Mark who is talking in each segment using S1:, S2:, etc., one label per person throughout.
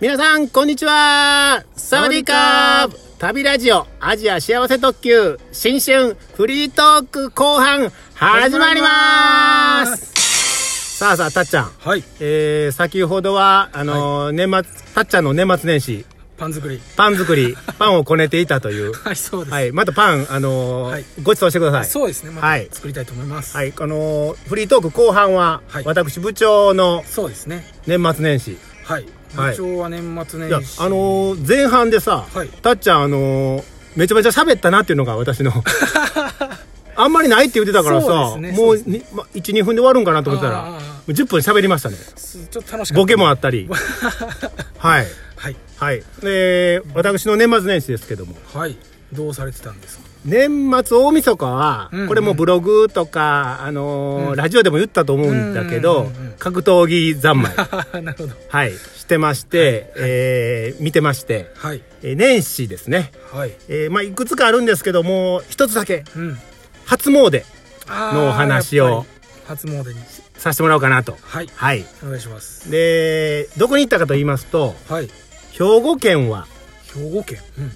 S1: 皆さん、こんにちはサワディーカー旅ラジオアジア幸せ特急新春フリートーク後半始まりますさあさあ、たっちゃん。
S2: はい。
S1: えー、先ほどは、あのー年末、たっちゃんの年末年始、
S2: パン作り。
S1: パン作 り、パンをこねていたという。
S2: はい、そうです。
S1: はい、またパン、あのー
S2: はい
S1: ごちそうしてください。
S2: そうですね。また
S1: はい
S2: 作りたいと思います。
S1: はい、あのーフリートーク後半は、
S2: はい
S1: 私部長の
S2: そうですね。
S1: 年末年始。
S2: はい。
S1: はい
S2: 部長は年末
S1: いや
S2: 年始。
S1: あのー前半でさ、
S2: はい
S1: たっちゃんあのーめちゃめちゃ喋ったなっていうのが私 のあんまりないって言ってたからさ
S2: そうですね
S1: もう
S2: そうです
S1: にま12分で終わるんかなと思ってたら
S2: あーあ
S1: も
S2: ーあ
S1: う10分喋りましたね
S2: すちょっと楽しかった。
S1: ボケもあった りはい
S2: はい。
S1: はいで私の年末年始ですけども
S2: はい。どうされてたんですか
S1: 年末大晦日は、
S2: うんうん
S1: これもうブログとか、あのーラジオでも言ったと思うんだけど、
S2: うんうんうんうん
S1: 格闘技三昧
S2: なるほど。
S1: はいしてまして、えー見てまして、
S2: はい。
S1: えー年始ですね
S2: はい。
S1: えーまあ、いくつかあるんですけども一つだけ
S2: うん。
S1: 初詣
S2: あー
S1: のお話を。
S2: やっぱり初詣に。
S1: させてもらおうかなと
S2: はい。
S1: はい
S2: お願いします。
S1: でどこに行ったかと言いますと
S2: はい。
S1: 兵庫県は
S2: 兵庫県。うん。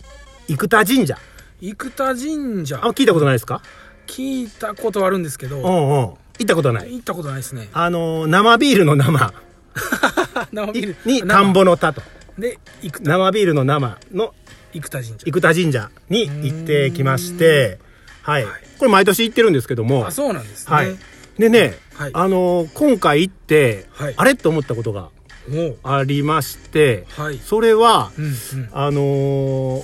S1: 生田神社
S2: 生田神社
S1: あ。聞いたことないですか
S2: 聞いたことあるんですけど、
S1: うんうん行ったことない
S2: 行ったことないですね。
S1: あのー生ビールの生
S2: 生ビール
S1: に田んぼの田と
S2: で、生田、
S1: 生ビールの生の
S2: 生田神社。
S1: 生田神社に行ってきましてはい
S2: はい
S1: これ毎年行ってるんですけども
S2: あ、そうなんですね。
S1: はいでね、
S2: はい
S1: あのー今回行って、
S2: はい
S1: あれと思ったことが
S2: おう
S1: ありまして、
S2: はい。
S1: それは、
S2: うんうん。
S1: あのーお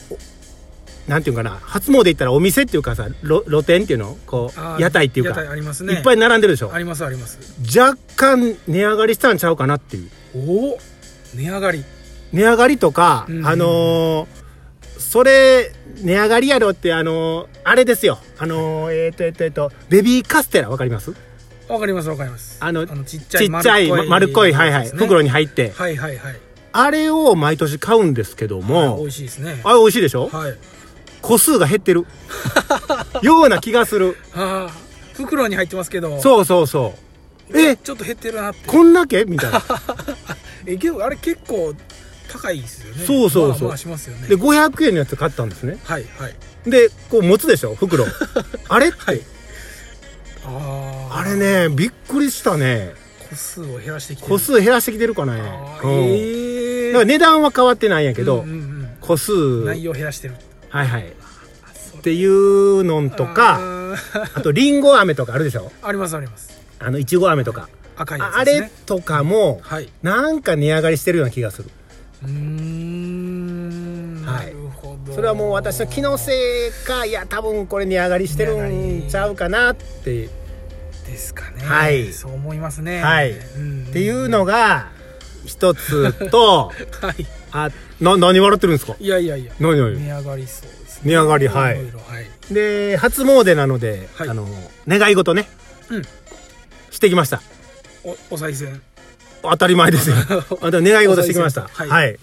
S1: なんていうかな初詣行ったらお店っていうかさ露露店っていうのこう
S2: あー
S1: 屋台っていうか、
S2: 屋台ありますね
S1: いっぱい並んでるでしょ
S2: ありますあります。
S1: 若干値上がりしたんちゃうかなっていう
S2: おお値上がり。
S1: 値上がりとか、
S2: うん
S1: あのーそれ値上がりやろってあのーあれですよあのーえっ、とえっ、とえっ、とベビーカステラわかります
S2: わかりますわかります。
S1: あの
S2: ちっちゃ
S1: ち
S2: い
S1: っちゃいま丸っこいはいはい、袋
S2: に。
S1: に入って
S2: はいはいはい。
S1: あれを毎年買うんですけども、
S2: 美味しいですね。
S1: あれ美味しいでしょ
S2: はい。
S1: 個数が減ってるような気がする
S2: ああ袋に入ってますけど。
S1: そうそうそうえ
S2: ちょっと減ってるなって。
S1: こんだけみたいな
S2: えけどあれ結構高いですよね。
S1: そうそうそう
S2: まあまあしますよね。
S1: で500円のやつ買ったんですね
S2: はいはい。
S1: でこう持つでしょ袋あれって、
S2: はいああ
S1: あれ。ねびっくりしたね
S2: 個数を減らしてきてる。
S1: 個数減らしてきてるかね、
S2: あ
S1: う
S2: ー。
S1: ん
S2: え
S1: だ
S2: え
S1: から値段は変わってないんやけ
S2: け
S1: ど、個数は
S2: 内
S1: い
S2: 容減らしてる。
S1: はいっ
S2: あそう
S1: ていうのんとか
S2: あー
S1: あとりんご飴とかあるでしょ
S2: ありますあります
S1: あのいちご飴とか、
S2: 赤いや
S1: ああ
S2: つです
S1: れ
S2: ね
S1: とかも
S2: はい
S1: なんか値上がりしてるような気がする
S2: うーん
S1: はい
S2: なるほど
S1: それはもう私の気のせいかいや多分これ値上がりしてるんちゃうかなって
S2: ですかね
S1: はい
S2: そう思いますね
S1: はい
S2: っ
S1: っていうのが一つと
S2: はい
S1: あな何笑ってるんですか
S2: いやいやいや
S1: 何
S2: 値
S1: 何
S2: 上がりそうですね
S1: 値上がりはい
S2: ろろはい
S1: で初詣なので、
S2: はい
S1: あの願い事ね
S2: うん
S1: してきました
S2: おお賽銭
S1: 当たり前 ですよあと願い事してきました
S2: お賽
S1: は
S2: 銭
S1: い、
S2: は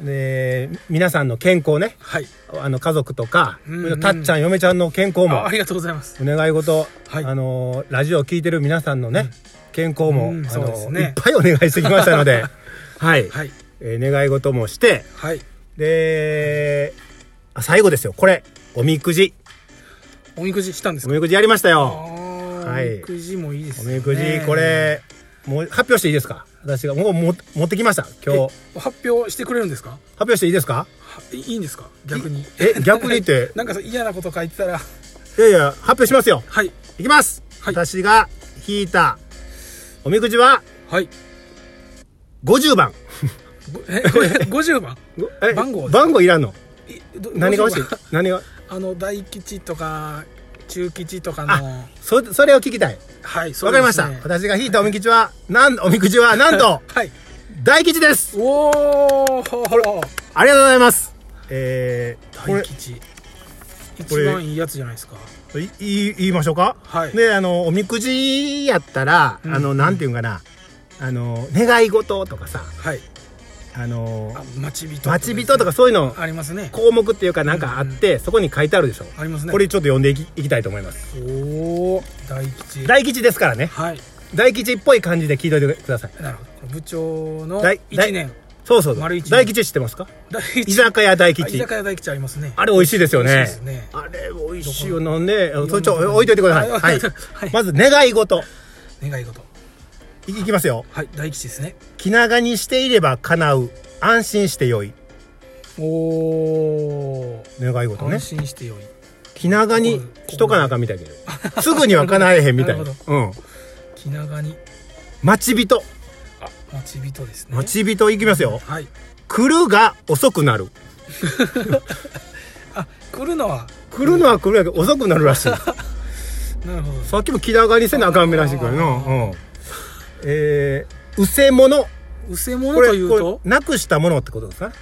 S1: で皆さんの健康ね
S2: はい
S1: あの家族とか、
S2: うんうん
S1: たっちゃん嫁ちゃんの健康も
S2: あありがとうございます
S1: お願い事、
S2: はい
S1: あのラジオを聞いてる皆さんのね、健康も、
S2: うん
S1: あ
S2: そうで
S1: の、
S2: すね
S1: いっぱいお願いしてきましたのではい、
S2: はい
S1: えー願い事もして
S2: はい
S1: であ最後ですよこれおみくじ
S2: おみくじしたんです
S1: お
S2: か
S1: みくじやりました
S2: あ
S1: よ
S2: ー
S1: はい
S2: おみくじもいいです
S1: お
S2: ね
S1: みくじこれもう発表していいですか私がもうも持ってきました今日
S2: え発表してくれるんですか
S1: 発表していいですか
S2: はいいいんですか逆に
S1: え逆にって
S2: なんかさ嫌なこと書いてたら
S1: いやいや発表しますよ
S2: はい
S1: いきます、
S2: はい
S1: 私が引いたおみくじは
S2: はい
S1: 50番
S2: ごえこれ50番
S1: ごえ
S2: 番号
S1: 番号いらんの
S2: えど
S1: 何が欲しい
S2: 50番
S1: 何が
S2: あの大吉とか中吉とかの
S1: そそれを聞きたい
S2: はいそ
S1: わ、
S2: う
S1: か
S2: で
S1: りまし
S2: す
S1: た
S2: ね
S1: 私が引いたおみくじはなんおみくじはなん と
S2: はい
S1: 大吉です
S2: おお
S1: ありがとうございますえー、こ
S2: 大
S1: れ
S2: 吉
S1: こ
S2: 一
S1: れ
S2: 番いいやつじゃないですか
S1: いいい言いましょうか、
S2: はい
S1: であのおみくじやったら、
S2: うん
S1: あのなんていうんかなあの願い事とかさ
S2: はい
S1: あの
S2: あ待ち人とか
S1: 待ち人とかそういうの
S2: ありますね
S1: 項目っていうかなんかあって、そこに書いてあるでしょ、
S2: ありますね
S1: これちょっと読んでいきいきたいと思います
S2: おお大吉
S1: 大吉ですからね
S2: はい
S1: 大吉っぽい感じで聞いといてください
S2: なるほどこれ部長の
S1: 大
S2: 一年
S1: そうそうそう
S2: 丸一の
S1: 大吉知ってますか
S2: 大
S1: 居
S2: 吉
S1: 酒屋大
S2: あ居
S1: 吉
S2: 酒屋大吉ありますね
S1: あれ美味しいですよ
S2: 美
S1: ね
S2: 味しいですね
S1: あれ美味しいよなんでそれちょ
S2: いろんな
S1: 置いといてください、
S2: はい
S1: はい
S2: はい
S1: まず願い事
S2: 願い事
S1: いいきますよ
S2: はい大吉ですね
S1: 気長にしていれば叶う安心してよい
S2: おお
S1: 願い事ね
S2: 安心してよい
S1: 気長に
S2: ここ
S1: しとかなあかんみたいけどすぐには叶えへんみたいな
S2: なる
S1: うん
S2: 気長に
S1: 待ち人
S2: 待ち人ですね
S1: 待ち人いきますよ
S2: はい
S1: 来るが遅くなる
S2: あ来るのは
S1: 来るのは来るやけど遅くなる らしい
S2: なるほど
S1: さっきも気長にせなあかんらしいからな
S2: あ
S1: うんえー、うせもの
S2: うせものというと
S1: なくしたものってことですか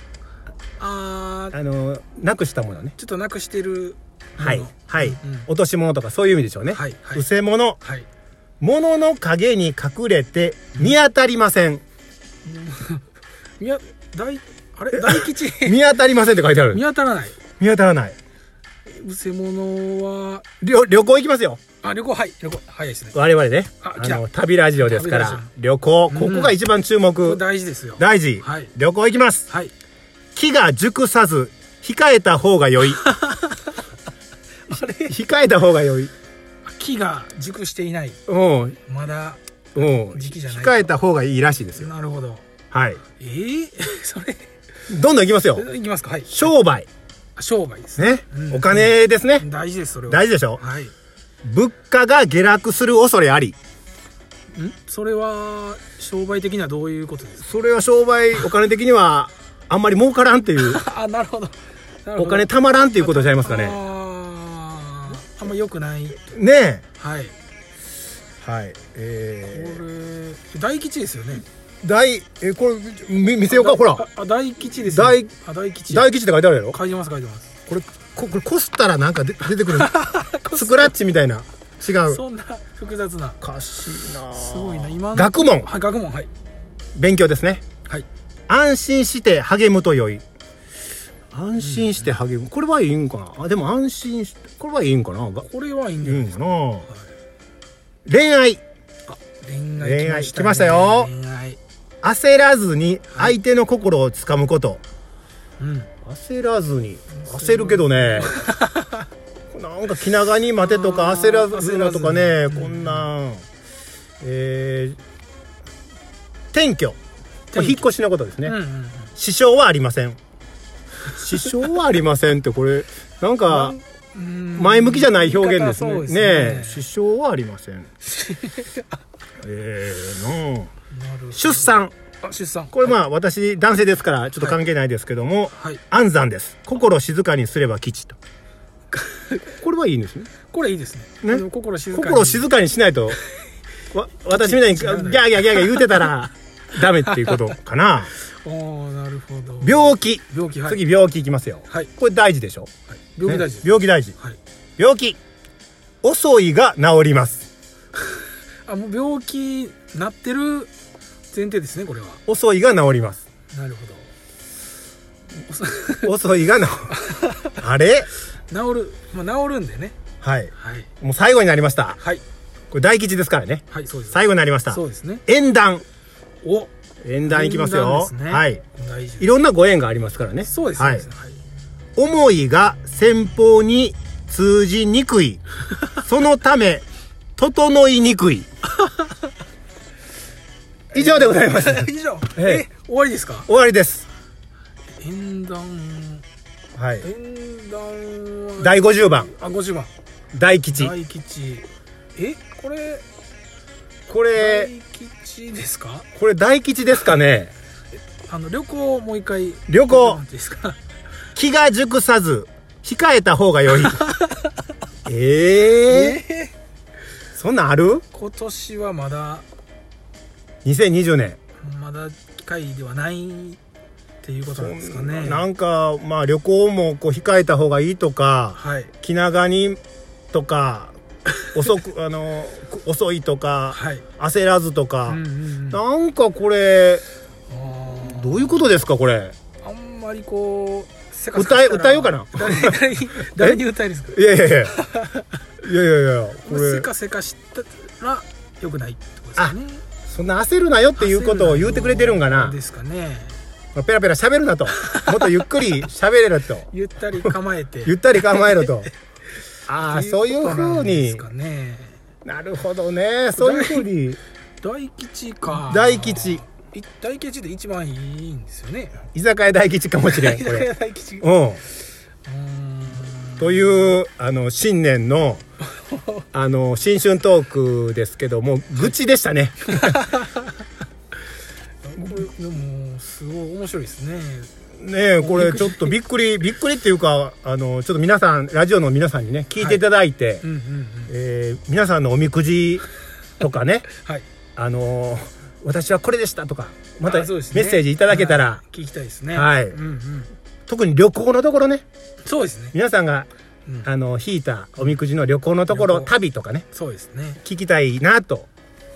S2: あー
S1: あのなくしたものね
S2: ちょっとなくしてるもの
S1: はいはい、
S2: うん
S1: 落とし物とかそういう意味でしょうね、
S2: はいはいう
S1: せもの
S2: はい
S1: ものの影に隠れて見当たりません、
S2: みや大あれ大吉
S1: 見当たりませんって書いてある
S2: 見当たらない
S1: 見当たらないう
S2: せものは
S1: 旅旅行行きますよ
S2: あ旅行はい旅行早いですね
S1: 我々ね
S2: あ
S1: あ
S2: 来た
S1: の旅ラジオですか
S2: 旅
S1: ら
S2: ラジ
S1: 旅行こ
S2: うん
S1: こが一番注目、
S2: これ大事ですよ
S1: 大事、
S2: はい
S1: 旅行行きます
S2: はい
S1: 木が熟さず控えた方が良い
S2: あれ
S1: 控えた方が良い
S2: 木が熟していない
S1: うんうん
S2: まだ時期じゃないと
S1: 控えた方がいいらしいですよ
S2: なるほど
S1: はい
S2: えー、 それ
S1: どんどん行きますよ
S2: えいきますかはい
S1: 商売
S2: 商売ですね
S1: ね、
S2: うん
S1: お金ですね、
S2: 大事ですそれは
S1: 大事でしょ
S2: はいん
S1: 物価が下落する恐れあり
S2: それは商売的にはどういうことです
S1: それは商売お金的にはあんまり儲からんっていう
S2: かあなるほどなるほど
S1: お金たまらんっていうことちゃいますかね
S2: あーあんま良くない
S1: ね
S2: はいこ
S1: えはいえ
S2: れ大吉ですよね
S1: ー、大えこれみ見せようかほら
S2: あ大吉ですよねあ大吉
S1: 大吉って書いてあるやろ
S2: 書いてます書いてます
S1: これここれこすったらなん かで出てくるスクラッチみたいな違う
S2: そんな複雑な
S1: おかしいな
S2: すごいな今の
S1: 学問
S2: はい学問はい
S1: 勉強ですね
S2: はい
S1: 安心して励むと良い安心して励む、これはいいんかなあでも安心してこれはいいんかなが
S2: これはいいん
S1: い
S2: じ
S1: い
S2: ゃない
S1: ん
S2: です
S1: か
S2: か
S1: な、恋愛
S2: 恋愛
S1: 恋愛来ましたよ
S2: 恋愛
S1: 焦らずに相手の心をつかむこと、
S2: うん
S1: 焦らずに焦るけどね なんか気長に待てとか
S2: あー
S1: 焦らずだとかね
S2: 焦らずに
S1: こんなんえー、転居これ
S2: 転居
S1: 引っ越しのことですね、
S2: うんうんうん
S1: 支障はありません支障はありませんってこれなんか
S2: うん
S1: 前向きじゃない表現ですね
S2: 言い方はそう
S1: ねえ支障はありま せんえーの
S2: なるほど
S1: 出産
S2: あ出産
S1: これまあ私男性ですからちょっと関係ないですけども、
S2: はい
S1: 安産です心静かにすれば吉とこれはいいんですね
S2: これいいですね
S1: ね
S2: でも心静かに
S1: 心静かにしないとわ私みたいにギャーギャーギャーギャー言うてたらダメっていうことかな
S2: おーなるほど
S1: 病気
S2: 病気はい
S1: 次病気いきますよ、
S2: はい
S1: これ大事でしょ
S2: はい病気大
S1: ね
S2: 事
S1: 病気大事
S2: はい
S1: 病気遅いが治ります
S2: あもう病気なってる前提ですねこれは
S1: 遅いが治ります
S2: なるほど
S1: 遅い が治るあれ
S2: 治る、まあ、治るんでね
S1: はい
S2: はい
S1: もう最後になりました
S2: はい
S1: これ大吉ですからね
S2: はいそうです
S1: 最後になりました
S2: そうですね
S1: 縁談
S2: お
S1: 縁談いきますよ
S2: 縁談ですね
S1: はい
S2: 大事
S1: いろんなご縁がありますからね
S2: そうですね
S1: は
S2: はい
S1: い、思いが先方に通じにく いそのため整いにく い以上でございます
S2: 以上
S1: ええ
S2: え終わりですか
S1: 終わりです
S2: 縁談
S1: はい
S2: 縁談は
S1: 第50番
S2: あ50番
S1: 大吉
S2: 大吉えこれ
S1: これ
S2: 大吉ですか
S1: これ大吉ですかね
S2: あの旅行をもう一回
S1: 旅行
S2: なんていうんですか
S1: 気が熟さず控えた方が 良いええ
S2: え
S1: そんなんある
S2: 今年はまだ
S1: ?2020 年
S2: まだ機会ではないっていうことなんですかね
S1: なんかまあ旅行もこう控えた方がいいとか
S2: はい
S1: 気長にと か遅くあのく遅いとか
S2: はい
S1: 焦らずとか、
S2: うんうんうんあ
S1: なんかこれ
S2: ー
S1: どういうことですかこれ
S2: あんまりこうせかせか
S1: 歌え
S2: したら
S1: 歌えようかな
S2: 誰に誰に 誰に歌えるんですか
S1: いやいやい やいやいやいやこ
S2: せ
S1: れ
S2: かせかしたらよくないってことですかね
S1: そんな焦るなよっていうことを言うてくれてるんかな
S2: ですかね
S1: うペラペラ喋る なと。もっとゆっくり喋れろと。
S2: ゆったり構えて
S1: ゆったり構えろ と。ああ、そういう
S2: ことな
S1: 風
S2: んです
S1: に。
S2: かね
S1: なるほどね。そういう風に。
S2: 大吉か
S1: 大吉。
S2: い大吉で一番いいんですよね
S1: 居酒屋大吉かもしれん、これ。
S2: 大吉う
S1: うん。
S2: ーん
S1: というあの新年のあの新春トークですけども愚痴でしたね
S2: これでもすごい面白いですね
S1: ねえこれちょっとびっくりびっくりっていうかあのちょっと皆さんラジオの皆さんにね聞いていただいて、
S2: うんうんうん
S1: えー皆さんのおみくじとかね
S2: はい
S1: あの私はこれでしたとかまたメ
S2: あそうです
S1: ッ
S2: ね
S1: セージいただけたら、
S2: はい聞きたいですね
S1: はい
S2: うんうん
S1: 特に旅行のところね
S2: そうですね
S1: 皆さんが、
S2: うん
S1: あの引いたおみくじの旅行のところ
S2: 旅行
S1: 旅とかね
S2: そうですね
S1: 聞きたいなと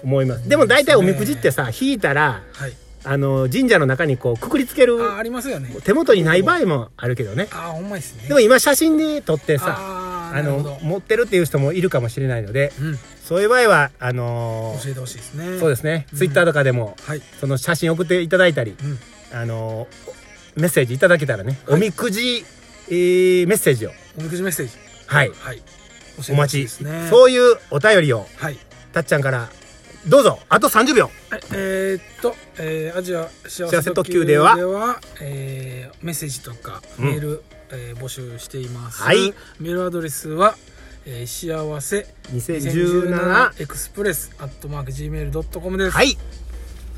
S1: 思いますでも大体おみくじってさ引いたら
S2: はい
S1: あの神社の中にこうくくりつける
S2: あありますよね
S1: 手元にない場合もあるけどね
S2: ああほんまですね
S1: でも今写真で撮ってさあ
S2: ああなるほ
S1: の
S2: ど
S1: 持ってるっていう人もいるかもしれないので
S2: うん
S1: そういう場合はあの
S2: 教えてほしいですね
S1: そうですすね
S2: うん
S1: ツイッターとかでも
S2: はい
S1: その写真送っていただいたり
S2: うん
S1: あのメッセージいただけたらねおみくじえーメッセージを
S2: おみくじメッセージ
S1: はい
S2: はい
S1: お待ち
S2: 教えてほしいですね
S1: そういうお便りを
S2: はい
S1: たっちゃんからどうぞあと30秒
S2: はいえーっと、えーアジア幸
S1: 幸
S2: せ
S1: せ
S2: 特
S1: 特
S2: 急
S1: 急
S2: で
S1: で
S2: は
S1: は
S2: えーメッセージとか
S1: うん
S2: メール、えー募集しています、
S1: はい
S2: メールアドレスは、えー、幸せ
S1: 2017
S2: エクスプレスアットマーク Gmail.com です、
S1: はい。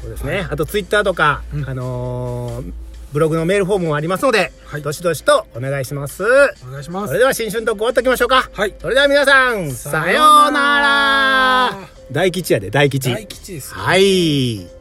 S1: そうですね。あとツイッターとか、
S2: うん
S1: あのーブログのメールフォームもありますので、
S2: はい
S1: どしどしとお願いします。
S2: お願いしま
S1: そ
S2: す
S1: れでは新春トーク終わっておきましょうか。
S2: はい
S1: それでは皆さん、
S2: さ
S1: さ
S2: よ
S1: よ
S2: う
S1: う
S2: なら
S1: なら。大吉やで、大吉。
S2: 大吉ですよ
S1: はい。